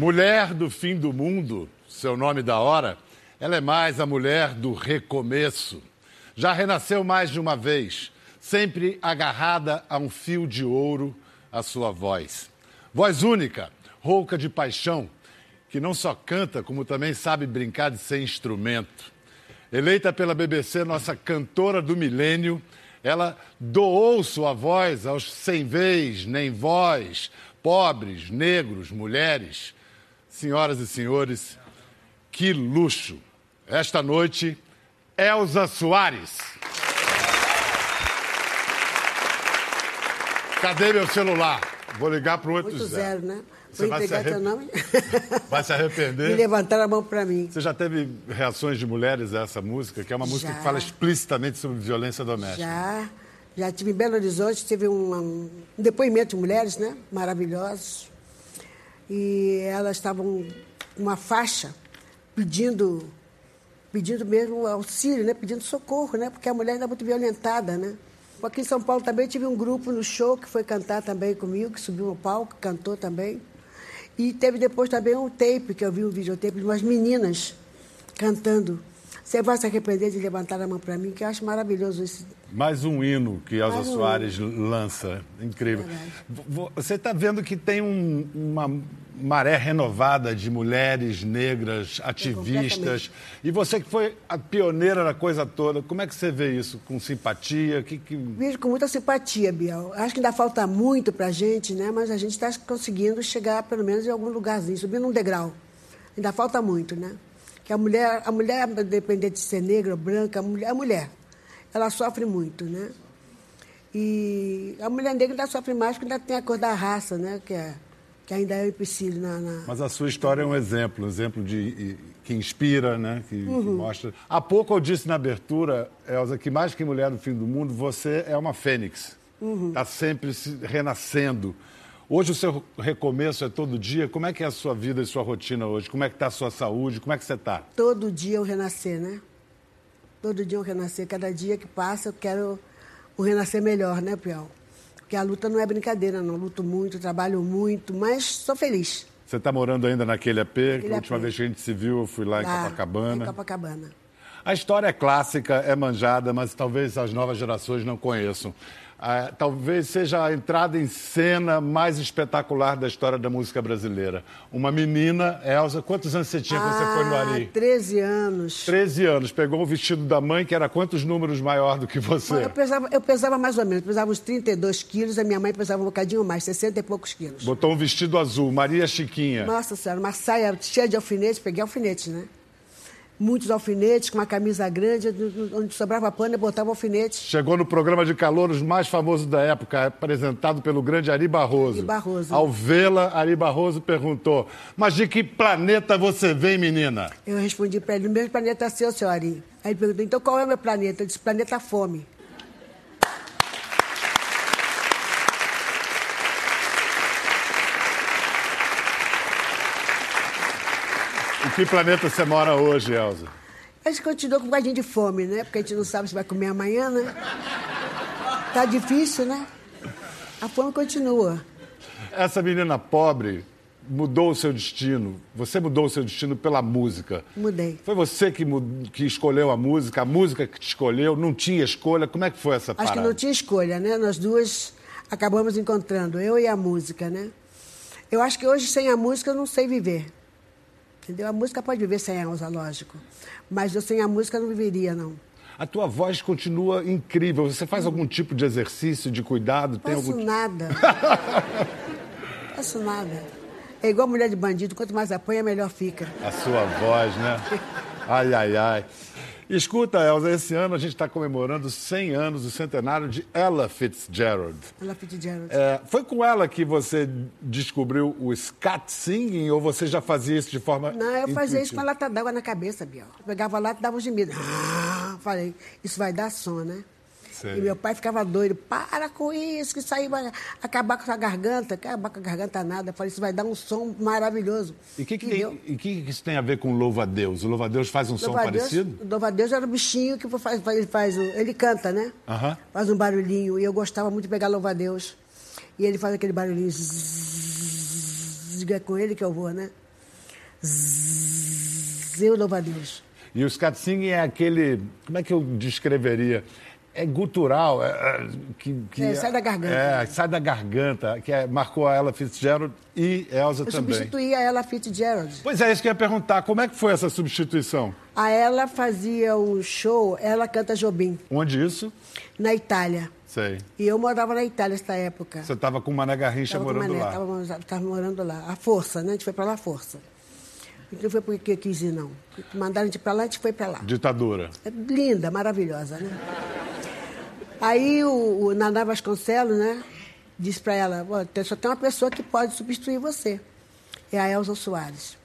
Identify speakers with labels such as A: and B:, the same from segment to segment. A: Mulher do Fim do Mundo, seu nome da hora, ela é mais a mulher do recomeço. Já renasceu mais de uma vez, sempre agarrada a um fio de ouro, a sua voz. Voz única, rouca de paixão, que não só canta, como também sabe brincar de ser instrumento. Eleita pela BBC nossa cantora do milênio, ela doou sua voz aos sem vez, nem voz, pobres, negros, mulheres. Senhoras e senhores, que luxo! Esta noite, Elza Soares. Cadê meu celular? Vou ligar para o 80.
B: 8-0, né?
A: é. Você
B: Vou
A: vai se
B: entregar teu
A: arrep- Né?
B: nome.
A: Vai se
B: Me
A: arrepender.
B: levantaram a mão pra mim.
A: Você já teve reações de mulheres a essa música, que é uma música
B: Já.
A: que fala explicitamente sobre violência doméstica.
B: Já, já tive em Belo Horizonte, teve um, um depoimento de mulheres, né? Maravilhosas. E elas estavam com uma faixa pedindo, pedindo mesmo auxílio, né? Pedindo socorro, né? Porque a mulher ainda é muito violentada, né? Aqui em São Paulo também tive um grupo no show que foi cantar também comigo, que subiu ao palco, cantou também. E teve depois também um tape, que eu vi um videotape de umas meninas cantando. Você vai se arrepender de levantar a mão para mim, que eu acho maravilhoso isso.
A: Mais um hino que Elza
B: Mais um
A: Soares lança. Incrível.
B: Verdade.
A: Vo- Você está vendo que tem um- uma maré renovada de mulheres negras, ativistas.
B: É, completamente.
A: E você que foi a pioneira da coisa toda, como é que você vê isso? Com simpatia? Que, que...
B: Vejo com muita simpatia, Biel. Acho que ainda falta muito para a gente, né? mas a gente está conseguindo chegar, pelo menos, em algum lugarzinho, subindo um degrau. Ainda falta muito, né? Que a mulher, a mulher, independente de ser negra ou branca, a mulher, a mulher, ela sofre muito, né? E a mulher negra ainda sofre mais porque ainda tem a cor da raça, né? Que, é, que ainda é o empecilho na, na,
A: Mas a sua história é um exemplo, um exemplo de, e- que inspira, né? que, que mostra. Há pouco eu disse na abertura, Elza, que mais que mulher do fim do mundo, você é uma fênix. Está sempre se renascendo. Hoje o seu recomeço é todo dia. Como é que é a sua vida e sua rotina hoje? Como é que está a sua saúde? Como é que você está?
B: todo dia eu renascer, né? Todo dia eu renascer. Cada dia que passa eu quero o renascer melhor, né, Piau? Porque a luta não é brincadeira, não. Luto muito, trabalho muito, mas sou feliz.
A: Você está morando ainda naquele AP? que
B: Aquele
A: a última
B: AP.
A: vez que a gente se viu, eu fui lá em
B: Lá,
A: Copacabana.
B: Em Copacabana.
A: A história é clássica, é manjada, mas talvez as novas gerações não conheçam. Ah, talvez seja a entrada em cena mais espetacular da história da música brasileira. Uma menina, Elza, quantos anos você tinha quando você foi
B: Ah.
A: no Ari?
B: 13 anos.
A: 13 anos, pegou o vestido da mãe, que era quantos números maior do que você?
B: Eu pesava, eu pesava mais ou menos, pesava uns 32 quilos, a minha mãe pesava um bocadinho mais, 60 e poucos quilos.
A: Botou um vestido azul, Maria Chiquinha.
B: Nossa Senhora, uma saia cheia de alfinetes, peguei alfinete, né? Muitos alfinetes, com uma camisa grande, onde sobrava pano, eu botava alfinete.
A: Chegou no programa de calouros mais famoso da época, apresentado pelo grande Ari Barroso.
B: Ari Barroso.
A: Ao vê-la, Ari Barroso perguntou: Mas de que planeta você vem, menina?
B: Eu respondi para ele, o mesmo planeta é seu, seu Ari. Aí ele perguntou, então qual é o meu planeta? Eu disse, planeta fome.
A: Em que planeta você mora hoje, Elza?
B: A gente continuou com um bocadinho de fome, né? Porque a gente não sabe se vai comer amanhã, né? Tá difícil, né? A fome continua.
A: Essa menina pobre mudou o seu destino. Você mudou o seu destino pela música.
B: Mudei.
A: Foi você que, mu- que escolheu a música, a música que te escolheu, não tinha escolha. Como é que foi essa
B: Acho que
A: parada?
B: não tinha escolha, né? Nós duas acabamos encontrando, eu e a música, né? Eu acho que hoje, sem a música, eu não sei viver. Entendeu? A música pode viver sem ela, lógico. Mas eu sem a música não viveria, não.
A: A tua voz continua incrível. Você faz algum tipo de exercício, de cuidado? Tem
B: Faço
A: algum...
B: nada. Faço nada. É igual mulher de bandido, quanto mais apanha, melhor fica.
A: tipo- A sua voz, né? Ai, ai, ai. Escuta, Elza, esse ano a gente está comemorando 100 anos do centenário de Ella Fitzgerald.
B: Ela pediu dinheiro.
A: É, foi com ela que você descobriu o scat singing ou você já fazia isso de forma.
B: Não, eu fazia isso com
A: intuitiva?
B: a lata d'água na cabeça, Biel. Eu Pegava a lata e dava um gemido. Ah, Falei, isso vai dar som, né?
A: Sei.
B: E meu pai ficava doido, para com isso, que isso aí vai acabar com a sua garganta, acabar com a garganta nada. Eu Falei, isso vai dar um som maravilhoso.
A: E o que, que,
B: deu.
A: tem- e que que isso tem a ver com louva a Deus? O louva a Deus faz um som
B: Louva a Deus-
A: parecido?
B: Louva a Deus era o bichinho que faz, faz- ele faz, o- ele canta, né?
A: Aham.
B: Faz um barulhinho. E eu gostava muito de pegar Louva a Deus. E ele faz aquele barulhinho. zzz, zzz, zzz, zzz, é com ele que eu vou, né? Zzz, eu louvo a Deus.
A: E o Skatsin é aquele. Como é que eu descreveria? É gutural, é, é, que, que
B: É, sai da garganta.
A: É, sai da garganta, que é- marcou a Ella Fitzgerald e Elsa
B: Eu
A: também.
B: substituí a ela Fitzgerald.
A: Pois é, isso que eu ia perguntar. Como é que foi essa substituição?
B: A ela fazia um show, ela canta Jobim,
A: Onde isso?
B: na Itália.
A: Sei.
B: E eu morava na Itália nessa época.
A: Você estava com o Mané Garrincha
B: Tava com
A: morando
B: Mané,
A: lá.
B: Tava, mo- tava morando lá. A força, né? A gente foi pra lá à força. Então foi porque eu quis ir, não. Mandaram a gente pra lá, a gente foi pra lá.
A: Ditadura.
B: É linda, maravilhosa, né? Aí o, o Naná Vasconcelos, né? Disse pra ela, "Ó, tem- só tem uma pessoa que pode substituir você. É a Elza Soares.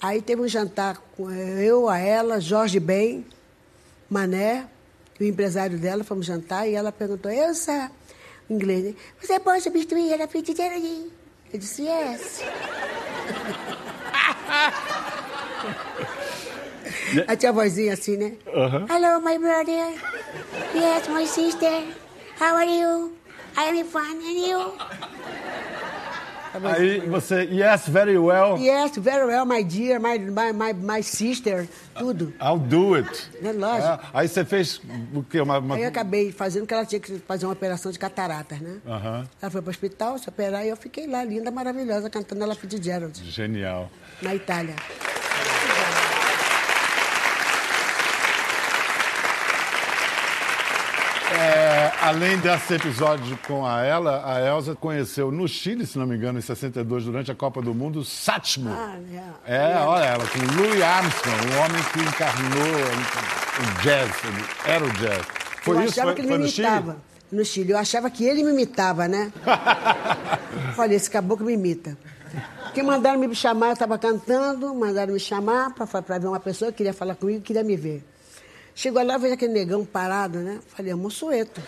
B: Aí teve um jantar com eh, eu, a ela, Jorge Bem, Mané, e o empresário dela, fomos jantar, e ela perguntou, Elza, em inglês, né? você pode substituir ela Fitzgerald? Eu disse, yes. Aí tinha a vozinha assim, né? Hello, my brother. Yes, my sister. How are you? I'm fine, and you? Tá
A: Aí você, yes, very well,
B: Yes, very well, my dear, my, my, my, my sister, tudo.
A: I'll do it.
B: Né, lógico.
A: É, aí você fez o quê? Uma, uma...
B: Aí eu acabei fazendo que ela tinha que fazer uma operação de cataratas, né?
A: Aham.
B: Ela foi para o hospital se operar e eu fiquei lá, linda, maravilhosa, cantando ela Fitzgerald,
A: Genial.
B: na Itália.
A: É, além desse episódio com a ela, a Elsa conheceu no Chile, se não me engano, em 62, durante a Copa do Mundo, Satchmo.
B: Ah, é.
A: é, olha ela, com Louis Armstrong, o homem que encarnou o jazz, ele era o jazz. Foi
B: eu
A: isso?
B: achava
A: Foi,
B: que ele
A: foi
B: me
A: no
B: imitava.
A: Chile?
B: No Chile, eu achava que ele me imitava, né? Falei, esse caboclo me imita. Porque mandaram me chamar, eu estava cantando, mandaram me chamar para ver uma pessoa que queria falar comigo, queria me ver. Chegou lá, vejo aquele negão parado, né? Falei, é um Mussueto.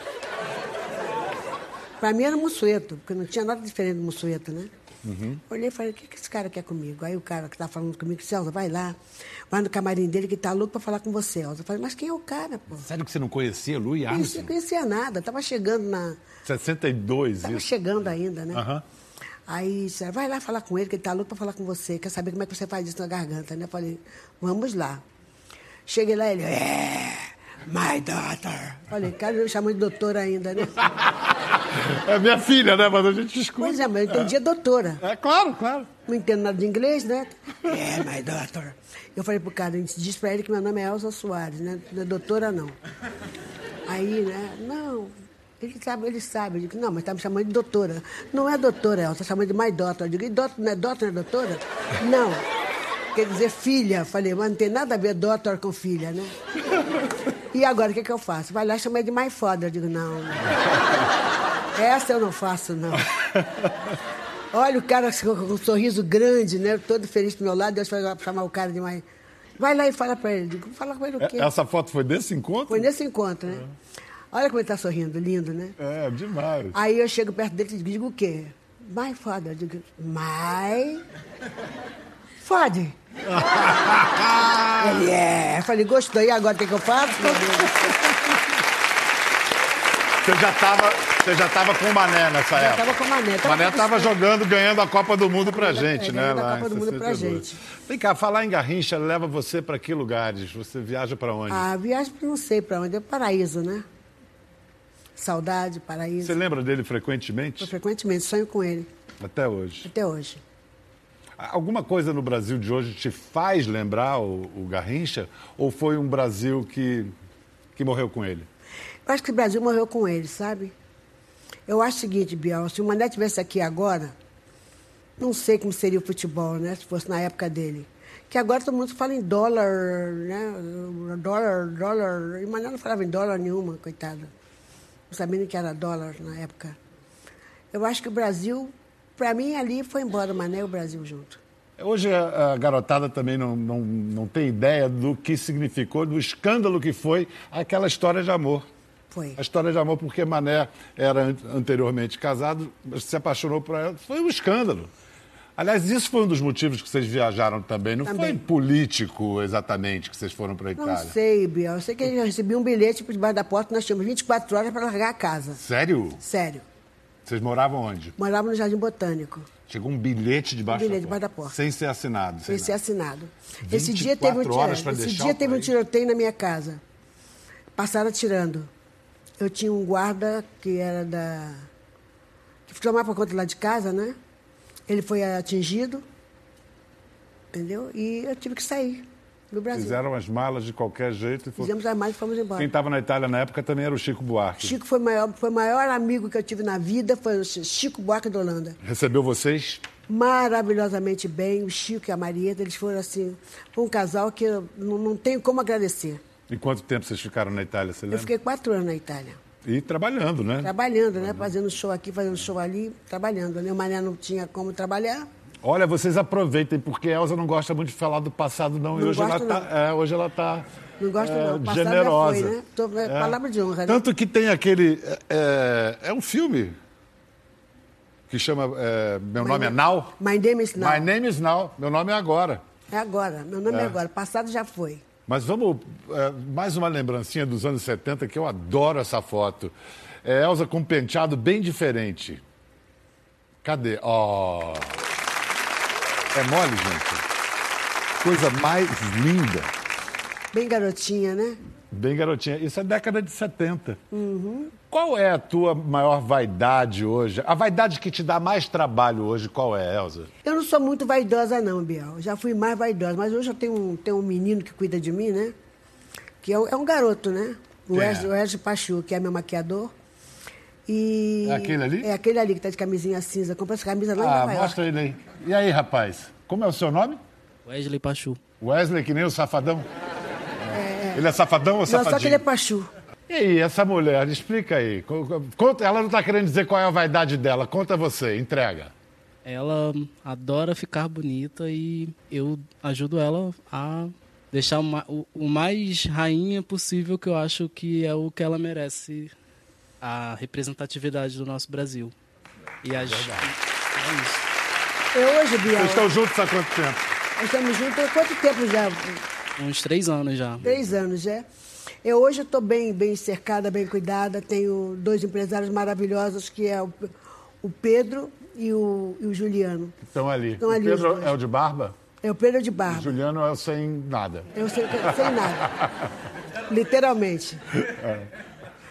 B: Para mim era um Mussueto, porque não tinha nada diferente do Mussueto, né?
A: Uhum.
B: Olhei e falei, o que, que esse cara quer comigo? Aí o cara que estava falando comigo disse, Elza, vai lá, vai no camarim dele que tá louco para falar com você, Elza. Eu falei, mas quem é o cara, pô?
A: Sério que você não conhecia Louis
B: Não conhecia,
A: Armstrong?
B: conhecia nada, estava chegando na.
A: 62,
B: Tava
A: isso.
B: chegando ainda, né?
A: Aham.
B: Aí disseram, vai lá falar com ele, que ele tá louco pra falar com você, quer saber como é que você faz isso na garganta, né? Eu falei, vamos lá. Cheguei lá, ele, é, my daughter. Falei, cara, eu chamo de doutor ainda, né?
A: É minha filha, né? Mas a gente escuta.
B: pois é, mas eu entendi a doutora.
A: É claro, claro.
B: Não entendo nada de inglês, né? É, my daughter. Eu falei pro cara, diz pra ele que meu nome é Elza Soares, né? Não é doutora, não. Aí, né? Não, ele sabe, ele sabe. Eu digo, não, mas tá me chamando de doutora. Não é doutora, Elza, tá chamando de my daughter. Eu digo, e daughter, não é daughter, não é doutora? Não. Quer dizer filha. Eu Falei, mas não tem nada a ver daughter com filha, né? E agora, o que, que eu faço? Vai lá chamar de my father. Eu digo, não. Essa eu não faço, não. Olha o cara com com um sorriso grande, né? Todo feliz do meu lado, Deus vai chamar o cara demais. Vai lá e fala pra ele. Digo, fala com ele o quê?
A: É, Essa foto foi desse encontro?
B: Foi nesse encontro, né? Olha como ele tá sorrindo, lindo, né?
A: É, demais.
B: Aí eu chego perto dele e digo o quê? My father. Eu digo, my father. ele é. Eu falei, gostou. E agora o que, que eu faço? meu Deus?
A: Você já tava, você já tava com o Mané nessa
B: Eu
A: época.
B: tava com a Mané.
A: O Mané tava jogando, ganhando a Copa do Mundo pra
B: Ganhando a-
A: gente,
B: é,
A: né?
B: ganhando a
A: lá
B: Copa
A: em
B: do Mundo pra
A: 62.
B: gente.
A: Vem cá, falar em Garrincha leva você pra que lugares? Você viaja pra onde?
B: A Ah, viagem pra não sei pra onde. É paraíso, né? Saudade, paraíso.
A: Você lembra dele
B: Eu
A: frequentemente?
B: frequentemente sonho com ele,
A: Até hoje.
B: até hoje.
A: Alguma coisa no Brasil de hoje te faz lembrar o, o Garrincha? Ou foi um Brasil que, que morreu com ele?
B: Eu acho que o Brasil morreu com ele, sabe? Eu acho o seguinte, Biel, se o Mané estivesse aqui agora, não sei como seria o futebol, né? Se fosse na época dele. Que agora todo mundo fala em dólar, né? Dólar, dólar. E o Mané não falava em dólar nenhuma, coitado. Não sabia nem que era dólar na época. Eu acho que o Brasil, pra mim, ali foi embora o Mané e o Brasil junto.
A: Hoje a a garotada também não, não, não tem ideia do que significou, do escândalo que foi aquela história de amor.
B: Foi.
A: A história de amor, porque Mané era an- anteriormente casado, mas se apaixonou por ela, foi um escândalo. Aliás, isso foi um dos motivos que vocês viajaram também. Não
B: Também.
A: foi político exatamente que vocês foram para a
B: Não
A: Itália.
B: sei, Biel. Eu sei que ele recebia um bilhete por debaixo da porta, nós tínhamos 24 horas para largar a casa.
A: Sério?
B: Sério.
A: Vocês moravam onde?
B: Morava no Jardim Botânico.
A: Chegou um bilhete debaixo
B: Um bilhete
A: da, porta,
B: debaixo da porta.
A: Sem ser assinado.
B: Sem
A: Sem
B: ser
A: nada.
B: é assinado. Esse dia teve um,
A: 24 horas pra
B: tiro- esse
A: deixar
B: dia
A: o
B: teve um
A: país.
B: tiroteio na minha casa. Passaram atirando. Eu tinha um guarda que era da. que tomava conta lá de casa, né? Ele foi atingido. Entendeu? E eu tive que sair do Brasil.
A: Fizeram as malas de qualquer jeito e foram.
B: Fizemos a mais e fomos embora.
A: Quem estava na Itália na época também era o Chico Buarque.
B: Chico foi o maior, foi o maior amigo que eu tive na vida, foi o Chico Buarque da Holanda.
A: Recebeu vocês?
B: maravilhosamente bem. O Chico e a Marieta, eles foram assim, um casal que eu não, não tenho como agradecer.
A: E quanto tempo vocês ficaram na Itália, você
B: Eu
A: lembra?
B: fiquei quatro anos na Itália,
A: E trabalhando, né?
B: trabalhando, né? Fazendo show aqui, fazendo show ali, trabalhando. Né? O Mané não tinha como trabalhar.
A: Olha, vocês aproveitem, porque a Elza não gosta muito de falar do passado, não. e
B: Não
A: hoje ela,
B: gosto,
A: está
B: não.
A: hoje ela tá.
B: Não gosto,
A: é,
B: não. O passado já
A: generosa.
B: foi, né? Tô- é palavra de honra, né?
A: Tanto que tem aquele. é, É, é um filme que chama. é, meu nome é Now.
B: My name is now.
A: My name is Now. Meu nome é agora.
B: É agora, meu nome é, agora. Passado já foi.
A: Mas vamos, é, mais uma lembrancinha dos anos 70, que eu adoro essa foto. É Elza com um penteado bem diferente. Cadê? Ó. É mole, gente. Coisa mais linda.
B: Bem garotinha, né?
A: Bem garotinha. Isso é década de 70. Qual é a tua maior vaidade hoje? A vaidade que te dá mais trabalho hoje, qual é, Elza?
B: Eu não sou muito vaidosa, não, Biel. Já fui mais vaidosa, mas hoje eu tenho um, tenho um menino que cuida de mim, né? Que é, um- é um garoto, né? O
A: É.
B: Wesley Wesley Pachu, que é meu maquiador. E...
A: É aquele ali?
B: É aquele ali que tá de camisinha cinza. Comprou essa camisa lá em
A: Ah,
B: Nova York.
A: mostra ele aí. E aí, rapaz? Como é o seu nome?
C: Wesley Pachu.
A: Wesley, que nem o safadão? Ele é safadão ou
B: Não,
A: safadinho?
B: só que ele é Pachu.
A: E aí, essa mulher, explica aí. Co- co- Conta, ela não está querendo dizer qual é a vaidade dela. Conta você, entrega.
C: Ela adora ficar bonita e eu ajudo ela a deixar o ma- o, o mais rainha possível, que eu acho que é o que ela merece a representatividade do nosso Brasil. E as... é isso.
B: Eu É hoje, Biel,
A: Vocês estão juntos há quanto tempo?
B: nós estamos juntos há quanto tempo já?
C: Uns três anos já.
B: Três anos, né? Eu hoje estou bem, bem cercada, bem cuidada. Tenho dois empresários maravilhosos, que é o, o Pedro e o- e o Juliano.
A: Estão ali.
B: Estão
A: o
B: ali os
A: Pedro
B: dois.
A: é o de barba,
B: É o Pedro de
A: o
B: Barba.
A: Juliano é o sem nada.
B: Eu sei, sem nada. Literalmente.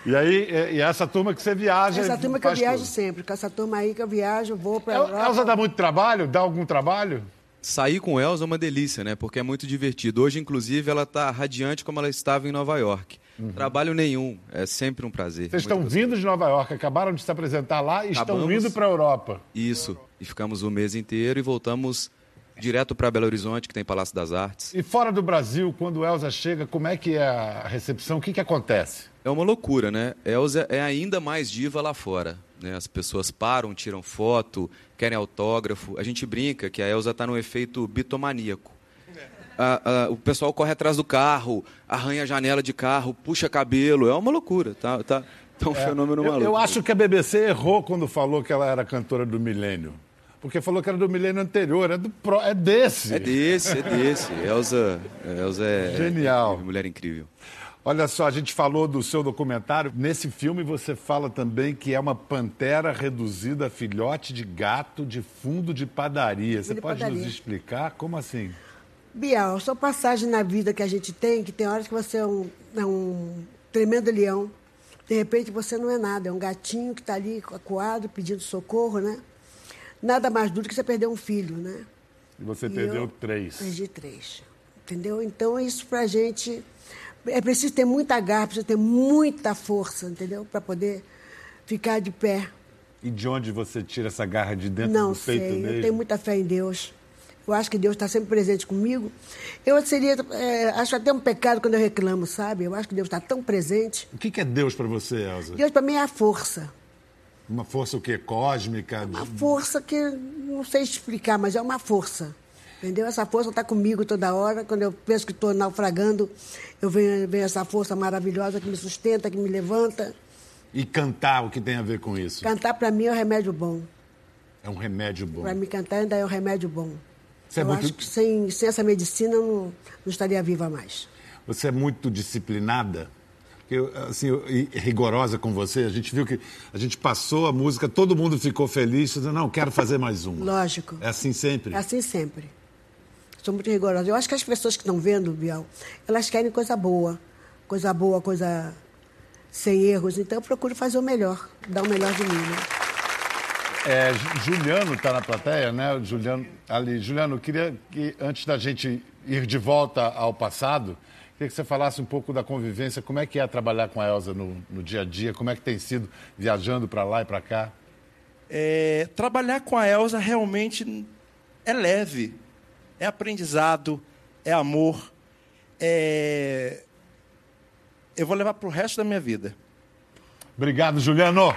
A: E aí, e, e essa turma que você viaja.
B: Essa
A: e
B: turma que eu
A: faz
B: viajo
A: tudo. É
B: sempre. Com essa turma aí que eu viajo, vou pra
A: El- Elza dá muito trabalho? Dá algum trabalho?
D: Sair com Elsa é uma delícia, né? Porque é muito divertido. Hoje, inclusive, ela está radiante como ela estava em Nova York. Trabalho nenhum, é sempre um prazer.
A: Uhum. Vocês
D: Muito
A: estão vindos de Nova York, acabaram de se apresentar lá e estão
D: Acabamos.
A: indo para a Europa.
D: Isso. E ficamos o mês inteiro e voltamos direto para Belo Horizonte, que tem Palácio das Artes.
A: E fora do Brasil, quando Elza chega, como é que é a recepção? O que, que acontece?
D: É uma loucura, né? Elza é ainda mais diva lá fora. Né? As pessoas param, tiram foto, querem autógrafo. A gente brinca que a Elza está num efeito bitomaníaco. A- a- o pessoal corre atrás do carro, arranha a janela de carro, puxa cabelo. É uma loucura. Tá, tá, tá um fenômeno
A: É. Eu,
D: maluco.
A: eu acho que a BBC errou quando falou que ela era cantora do milênio. Porque falou que era do milênio anterior, é, do pró- é desse.
D: É desse, é desse. Elza, Elza é
A: Genial.
D: é incrível, mulher incrível.
A: Olha só, a gente falou do seu documentário. Nesse filme você fala também que é uma pantera reduzida a filhote de gato de fundo de padaria. Você
B: de
A: pode
B: padaria.
A: nos explicar como assim?
B: Bial, só passagem na vida que a gente tem, que tem horas que você é um, é um tremendo leão. De repente você não é nada, é um gatinho que está ali acuado, pedindo socorro, né? Nada mais duro que você perder um filho, né?
A: E você
B: E
A: perdeu
B: eu
A: três.
B: Perdi três. Entendeu? Então, isso pra gente. É preciso ter muita garra, precisa ter muita força, entendeu? Para poder ficar de pé.
A: E de onde você tira essa garra de dentro
B: Não
A: do peito
B: sei,
A: mesmo?
B: eu tenho muita fé em Deus. Eu acho que Deus está sempre presente comigo. Eu seria. é, acho até um pecado quando eu reclamo, sabe? Eu acho que Deus está tão presente.
A: O que que é Deus para você, Elza?
B: Deus, para mim, é a força.
A: Uma força o quê? Cósmica?
B: Uma força que não sei explicar, mas é uma força. Entendeu? Essa força está comigo toda hora. Quando eu penso que estou naufragando, eu venho, venho essa força maravilhosa que me sustenta, que me levanta.
A: E cantar, o que tem a ver com isso?
B: Cantar para mim é um remédio bom.
A: É um remédio bom.
B: Para mim cantar ainda é um remédio bom.
A: Você é
B: eu
A: muito-
B: acho que sem, sem essa medicina eu não, não estaria viva mais.
A: Você é muito disciplinada? eu, assim, eu- e- rigorosa com você. A gente viu que a gente passou a música, todo mundo ficou feliz, dizendo, não, quero fazer mais uma.
B: Lógico.
A: É assim sempre.
B: É assim sempre. Sou muito rigorosa. Eu acho que as pessoas que estão vendo, Biel, elas querem coisa boa. Coisa boa, coisa sem erros. Então eu procuro fazer o melhor, dar o melhor de mim. né?
A: É, Ju- Juliano está na plateia, né? O Juliano ali. Juliano, eu queria que, antes da gente ir de volta ao passado, queria que você falasse um pouco da convivência, como é que é trabalhar com a Elsa no, no dia a dia, como é que tem sido viajando para lá e para cá.
E: É, trabalhar com a Elsa realmente é leve. É aprendizado, é amor. é- Eu vou levar pro resto da minha vida.
A: Obrigado, Juliano.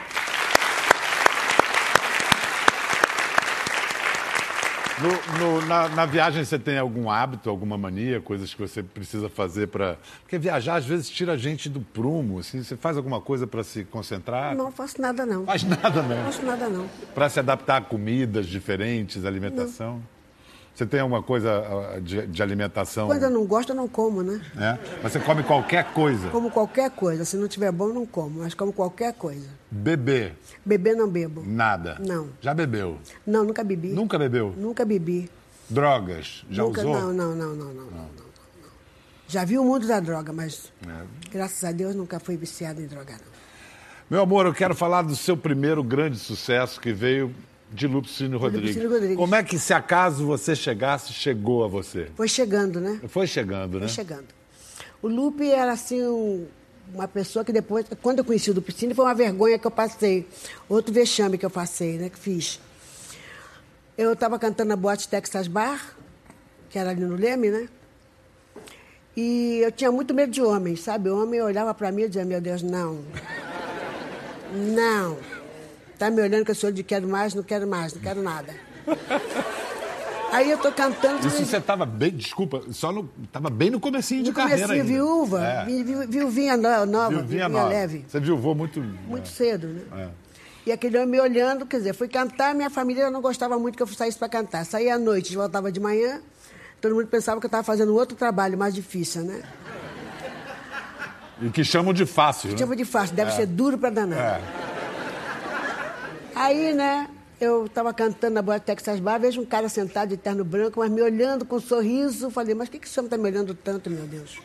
A: No- no- na, na viagem você tem algum hábito, alguma mania, coisas que você precisa fazer para. Porque viajar às vezes tira a gente do prumo. Assim, você faz alguma coisa para se concentrar?
B: Não faço nada, não.
A: Faz nada mesmo.
B: Não faço nada, não.
A: Para se adaptar a comidas diferentes, alimentação? Você tem alguma coisa ah, de, de alimentação?
B: Quando eu não gosto, eu não como, né?
A: né? Mas você come qualquer coisa.
B: Como qualquer coisa. Se não tiver bom, eu não como. Mas como qualquer coisa.
A: Beber,
B: Beber, não bebo.
A: nada.
B: Não.
A: Já bebeu?
B: Não, nunca bebi.
A: Nunca bebeu?
B: Nunca bebi.
A: Drogas, já
B: nunca,
A: usou?
B: Não, não, não, não, não, não, não, não. Já vi o mundo da droga, mas
A: É.
B: graças a Deus nunca fui viciada em droga, não.
A: Meu amor, eu quero falar do seu primeiro grande sucesso que veio de Lupicínio Rodrigues.
B: Lupicínio Rodrigues.
A: Como é que, se acaso você chegasse, chegou a você?
B: Foi chegando, né?
A: Foi chegando, né?
B: Foi chegando. O Lupe era assim um- uma pessoa que depois, quando eu conheci o Lupe Cine, foi uma vergonha que eu passei, outro vexame que eu passei, né, que fiz. Eu estava cantando na boate Texas Bar, que era ali no Leme, né? E eu tinha muito medo de homens, sabe? O homem olhava para mim e dizia: "Meu Deus, não. Não. Tá me olhando com esse olho de quero mais, não quero mais, não quero nada." Aí eu tô cantando
A: Isso você estava bem, desculpa, só no, tava bem no comecinho de
B: eu
A: carreira
B: comecei
A: ainda.
B: viúva,
A: É.
B: vi- vi- viuvinha no- nova,
A: Viu,
B: viuvinha,
A: vinha nova. É.
B: leve,
A: Você viu, vou muito.
B: muito cedo, né? E aquele homem me olhando, quer dizer, fui cantar, minha família não gostava muito que eu saísse para cantar. Saía à noite, voltava de manhã, todo mundo pensava que eu estava fazendo outro trabalho mais difícil, né?
A: é, E que chamam de fácil. né?
B: Tipo de fácil, deve ser duro para danar. Aí, né, eu estava cantando na Boate Texas Bar, vejo um cara sentado de terno branco, mas me olhando com um sorriso. Falei, mas por que, que esse homem está me olhando tanto, meu Deus?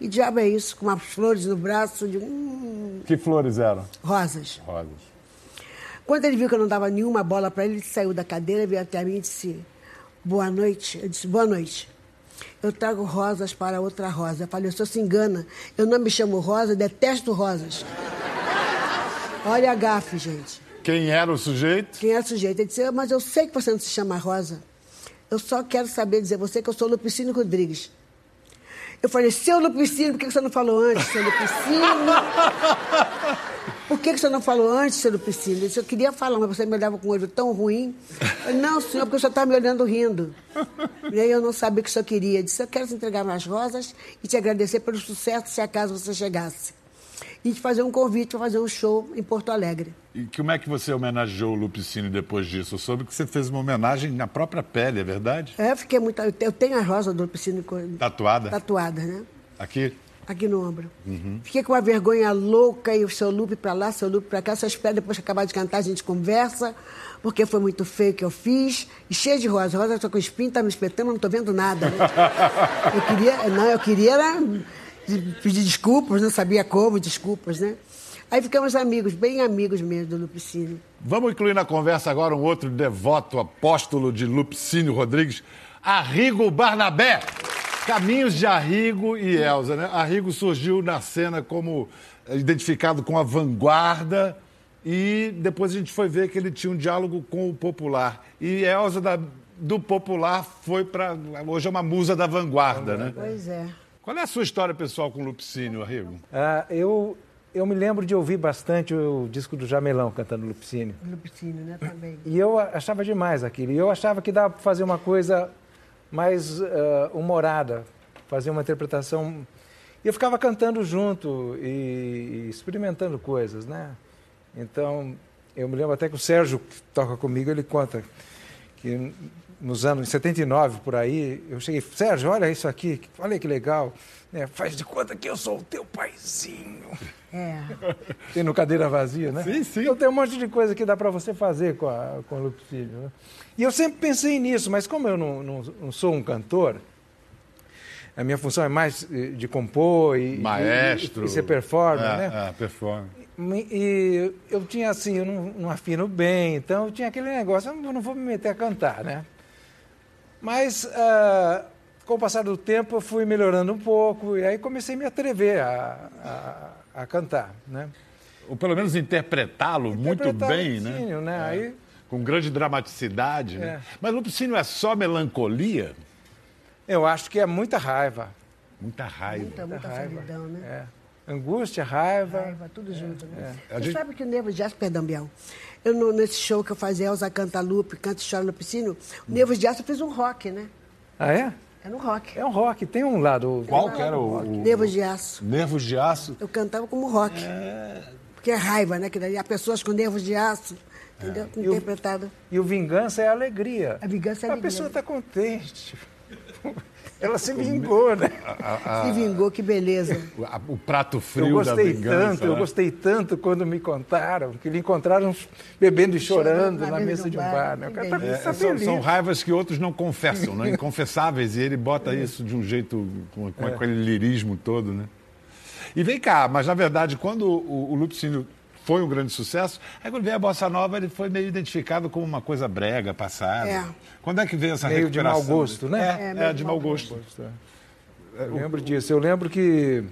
B: E diabo é isso, com umas flores no braço, de hum,
A: Que flores eram?
B: rosas.
A: Rosas.
B: Quando ele viu que eu não dava nenhuma bola para ele, ele saiu da cadeira, veio até mim e disse: Boa noite. Eu disse: Boa noite. Eu trago rosas para outra rosa. Eu falei: O senhor se engana. Eu não me chamo Rosa, detesto rosas. Olha a gafe, gente.
A: Quem era o sujeito?
B: Quem é sujeito? Ele disse: "Ah, Mas eu sei que você não se chama Rosa. Eu só quero saber dizer a você que eu sou Lupicínio Rodrigues. Eu falei, seu Lupicínio, por que que você não falou antes, seu Lupicínio? Por que que você não falou antes, seu Lupicínio? Ele disse, eu queria falar, mas você me olhava com um olho tão ruim. Eu falei, não, senhor, porque o senhor está me olhando rindo. E aí eu não sabia o que o senhor queria. Ele disse, eu quero te entregar mais rosas e te agradecer pelo sucesso, se acaso você chegasse. E te fazer um convite para fazer um show em Porto Alegre.
A: E como é que você homenageou o Lupicínio depois disso? Eu soube que você fez uma homenagem na própria pele, é verdade?
B: É, eu fiquei muito. Eu te- eu tenho a rosa do piscina co-
A: Tatuada?
B: tatuada, né?
A: Aqui?
B: Aqui no ombro. Fiquei com uma vergonha louca e o seu loop pra lá, seu loop pra cá. Só espero depois que acabar de cantar a gente conversa, porque foi muito feio o que eu fiz. E cheio de rosa. Rosa só com espinho, tá me espetando, eu não tô vendo nada. né? Eu queria. Não, eu queria era de- pedir desculpas, não sabia como, desculpas, né? Aí ficamos amigos, bem amigos mesmo do Lupicínio.
A: Vamos incluir na conversa agora um outro devoto apóstolo de Lupicínio Rodrigues, Arrigo Barnabé. Caminhos de Arrigo e Elza, né? Arrigo surgiu na cena como eh, identificado com a vanguarda e depois a gente foi ver que ele tinha um diálogo com o popular. E Elza da- do popular foi para hoje é uma musa da vanguarda, né?
B: Pois é.
A: Qual é a sua história pessoal com o Lupicínio, Arrigo?
F: Ah, eu, eu me lembro de ouvir bastante o disco do Jamelão cantando Lupicínio.
B: Lupicínio, né? Também.
F: E eu a- achava demais aquilo. E eu achava que dava para fazer uma coisa mais ah, humorada, fazer uma interpretação. E eu ficava cantando junto e, e experimentando coisas, né? Então, eu me lembro até que o Sérgio, que toca comigo, ele conta que nos anos 79, por aí, eu cheguei, Sérgio, olha isso aqui, olha que legal. né? faz de conta que eu sou o teu paizinho.
B: É.
F: Tem no cadeira vazia, né?
A: Sim, sim.
F: Eu tenho um monte de coisa que dá para você fazer com, a, com o Lupe Filho. né? E eu sempre pensei nisso, mas como eu não, não- não sou um cantor, a minha função é mais eh, de compor e,
A: Maestro.
F: e, e ser performer,
A: é,
F: né?
A: É, performer.
F: Me- E eu tinha assim, eu não, não afino bem, então eu tinha aquele negócio, eu não vou me meter a cantar, né? Mas ah, com o passar do tempo eu fui melhorando um pouco e aí comecei a me atrever a, a, a cantar, né?
A: Ou pelo menos interpretá-lo muito
F: Interpretar
A: bem,
F: Lucinho,
A: né?
F: né? Aí,
A: Com grande dramaticidade, né?
F: É.
A: Mas Lupicínio é só melancolia?
F: eu acho que é muita raiva,
A: Muita raiva.
B: Muita, muita
F: raiva.
B: solidão, né?
F: é. angústia, raiva.
B: Raiva, tudo junto, né?
A: é. A
B: Você
A: gente-
B: sabe que o Nervo de Aço, perdão, Biel, eu no- nesse show que eu fazia, Elza canta Lupe, canta e chora Lupicínio, o Nervo de Aço fez um rock, né?
F: Ah, é?
B: Era um rock.
F: É um rock, tem um lado.
A: Qual que era o, o-
B: Nervos de Aço.
A: Nervos de aço?
B: Eu cantava como rock. Porque é raiva, né? Que daí há pessoas com nervos de aço, entendeu? Interpretado.
F: E o vingança é a alegria.
B: A vingança é a alegria.
F: pessoa está contente. Ela se vingou, né?
B: Se vingou, que beleza.
A: O, a- o prato
F: Eu
A: frio da
F: gostei
A: vingança.
F: tanto, eu
A: né?
F: gostei tanto quando me contaram, que lhe encontraram bebendo e chorando
B: Chorando
F: na mesa de um bar. Né? O cara tá,
B: que delícia.
F: tá
A: É, são,
F: feliz.
A: são raivas que outros não confessam, né? inconfessáveis, e ele bota isso de um jeito, com, com aquele lirismo todo. Né? E vem cá, mas na verdade, quando o, o Lupicínio foi um grande sucesso, aí quando veio a Bossa Nova, ele foi meio identificado como uma coisa brega, passada.
B: É.
A: Quando é que veio essa
F: Meio de
A: recuperação?
F: mau gosto, né?
A: É,
B: É,
A: é,
B: meio
A: de
B: de
A: mau
B: mau
A: gosto.
F: É, Eu lembro disso. Eu lembro que.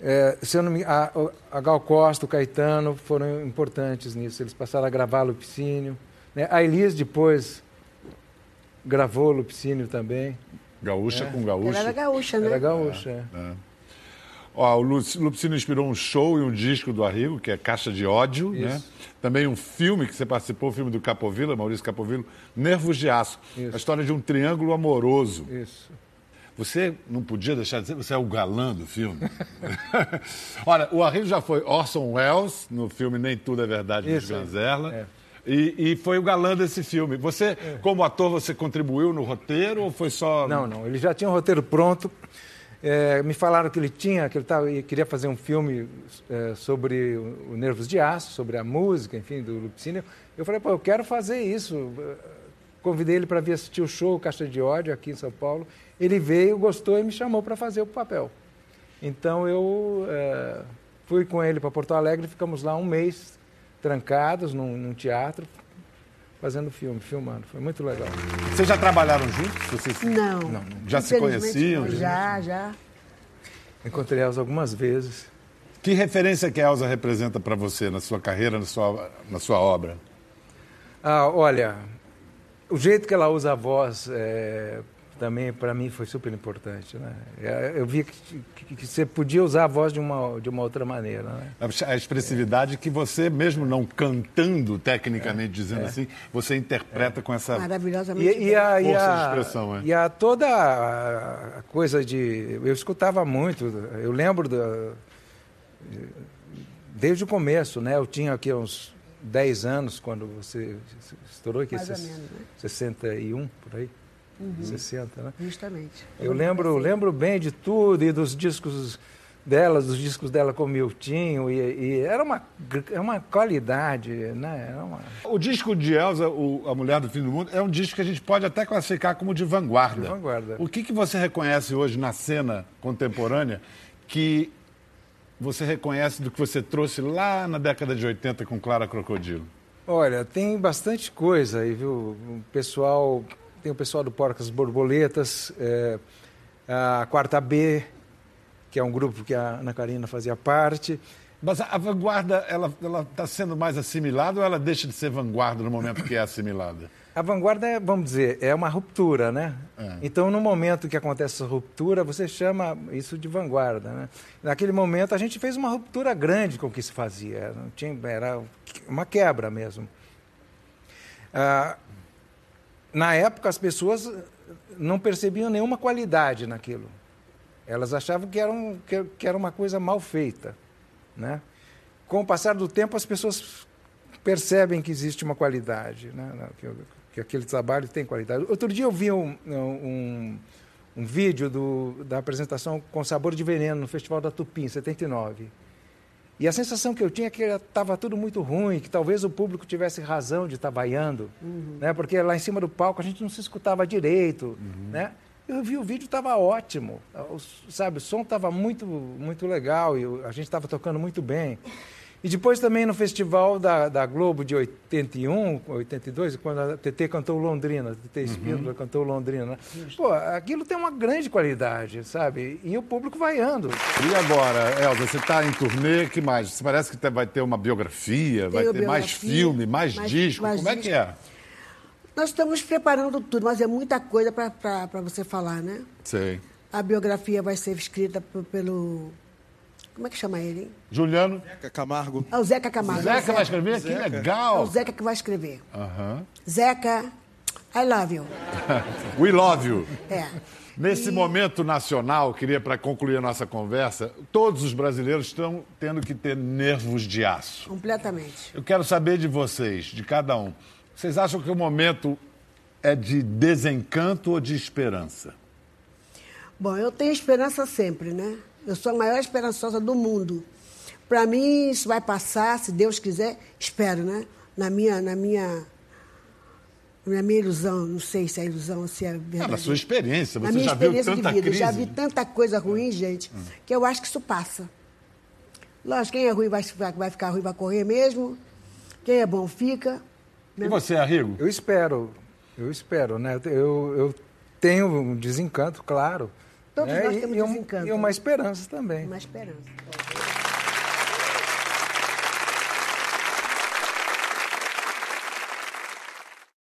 F: é, se eu não me, a, a Gal Costa, o Caetano foram importantes nisso. Eles passaram a gravar Lupicínio. Né? A Elis depois gravou Lupicínio também.
A: Gaúcha com
B: Ela
A: gaúcha.
B: era gaúcha, né?
F: Era gaúcha. é.
A: Ó, o Lu- Lupicínio inspirou um show e um disco do Arrigo, que é Caixa de Ódio,
F: Isso.
A: né? Também um filme que você participou, o filme do Capovilla, Maurício Capovilla, Nervos de Aço.
F: Isso.
A: A história de um triângulo amoroso.
F: Isso.
A: Você não podia deixar de dizer, você é o galã do filme. Olha, o Arrigo já foi Orson Welles no filme Nem Tudo é Verdade dos
F: Isso, é.
A: Ganzerla.
F: É.
A: E, e foi o galã desse filme. Você, como ator, você contribuiu no roteiro ou foi só...
F: Não, não. Ele já tinha o roteiro pronto. É, me falaram que ele tinha, que ele tava, e queria fazer um filme é, sobre o, o Nervos de Aço, sobre a música, enfim, do Lupicínio. Eu falei, pô, eu quero fazer isso. Convidei ele para vir assistir o show Caixa de Ódio aqui em São Paulo. Ele veio, gostou e me chamou para fazer o papel. Então eu é, fui com ele para Porto Alegre, ficamos lá um mês trancados num, num teatro, fazendo filme, filmando. Foi muito legal.
A: Vocês já trabalharam juntos? Vocês-
B: Não.
A: Já se
B: Infelizmente,
A: conheciam?
B: não. Já, já.
F: Encontrei elas algumas vezes.
A: Que referência que a Elza representa para você na sua carreira, na sua, na sua obra?
F: Ah, olha, o jeito que ela usa a voz é, também para mim foi super importante, né? É, Eu vi que, que- que você podia usar a voz de uma de uma outra maneira, né?
A: A a expressividade que você, mesmo não cantando tecnicamente,
F: É,
A: dizendo assim, você interpreta com essa...
B: Maravilhosamente.
F: E, e a, e
A: Força de
F: a-
A: expressão, é.
F: e a toda a- a coisa de eu escutava muito, eu lembro da, desde o começo, né? Eu tinha aqui uns 10 anos quando você estourou aqui,
B: Mais ou
F: ses-
B: menos, né?
F: 61 por aí. 60, né?
B: Justamente.
F: Eu lembro, lembro bem de tudo e dos discos dela, dos discos dela com o Miltinho, e, e era uma, gr- é uma qualidade, né? Era uma...
A: O disco de Elza, o- A Mulher do Fim do Mundo, é um disco que a gente pode até classificar como de vanguarda.
F: De vanguarda.
A: O que, que você reconhece hoje na cena contemporânea que você reconhece do que você trouxe lá na década de 80 com Clara Crocodilo?
F: Olha, tem bastante coisa aí, viu? O pessoal, tem o pessoal do Porcas Borboletas, é, a Quarta B, que é um grupo que a Ana Karina fazia parte.
A: Mas a, a vanguarda, ela está sendo mais assimilada ou ela deixa de ser vanguarda no momento que é assimilada?
F: A vanguarda, é, vamos dizer, é uma ruptura, né? Então, no momento que acontece essa ruptura, você chama isso de vanguarda, né? Naquele momento, a gente fez uma ruptura grande com o que se fazia. Não tinha, era uma quebra mesmo. Ah, na época, as pessoas não percebiam nenhuma qualidade naquilo. Elas achavam que era, um- que- que era uma coisa mal feita, né? Com o passar do tempo, as pessoas percebem que existe uma qualidade, né? na- que, que aquele trabalho tem qualidade. Outro dia eu vi um, um, um vídeo do- da apresentação com Sabor de Veneno no Festival da Tupi, em 79. E a sensação que eu tinha é que estava tudo muito ruim, que talvez o público tivesse razão de estar vaiando, né? porque lá em cima do palco a gente não se escutava direito. Né? Eu vi o vídeo, estava ótimo, o, sabe, o som estava muito, muito legal e o- a gente estava tocando muito bem. E depois também no festival da, da Globo de 81, 82, quando a TT cantou Londrina, a TT Espíndola cantou Londrina. Pô, aquilo tem uma grande qualidade, sabe? E o público vaiando.
A: E agora, Elza, você está em turnê, que mais? Você parece que te- vai ter uma biografia, vai ter
B: biografia,
A: mais filme, mais,
B: mais-
A: disco.
B: mais
A: Como é
B: disco.
A: que é?
B: Nós estamos preparando tudo, mas é muita coisa para você falar, né?
A: Sei.
B: A biografia vai ser escrita p- pelo. Como é que chama ele, hein?
A: Juliano.
E: Zeca Camargo.
B: É o Zeca Camargo.
A: Zeca vai escrever? Que
B: É o
A: legal!
B: Zeca que vai escrever.
A: Aham.
B: Zeca, I love you.
A: We love you.
B: É.
A: Nesse momento nacional, queria para concluir a nossa conversa, todos os brasileiros estão tendo que ter nervos de aço.
B: Completamente.
A: Eu quero saber de vocês, de cada um. Vocês acham que o momento é de desencanto ou de esperança?
B: Bom, eu tenho esperança sempre, né? Eu sou a maior esperançosa do mundo. Para mim, isso vai passar, se Deus quiser, espero, né? Na minha, na minha, na minha ilusão, não sei se é ilusão ou se é
A: Ah,
B: verdade.
A: na sua experiência,
B: Na
A: você
B: minha
A: já viu
B: experiência
A: tanta
B: de vida,
A: crise.
B: já vi tanta coisa ruim, gente, que eu acho que isso passa. Lógico, quem é ruim vai, vai ficar ruim, vai correr mesmo. Quem é bom fica.
A: E você, Arrigo?
F: Eu espero, eu espero, né? Eu, eu tenho um desencanto, claro.
B: Todos
F: né?
B: nós
F: E-
B: temos
F: e um-
B: desencanto,
F: E uma
B: né?
F: esperança também.
B: Uma esperança.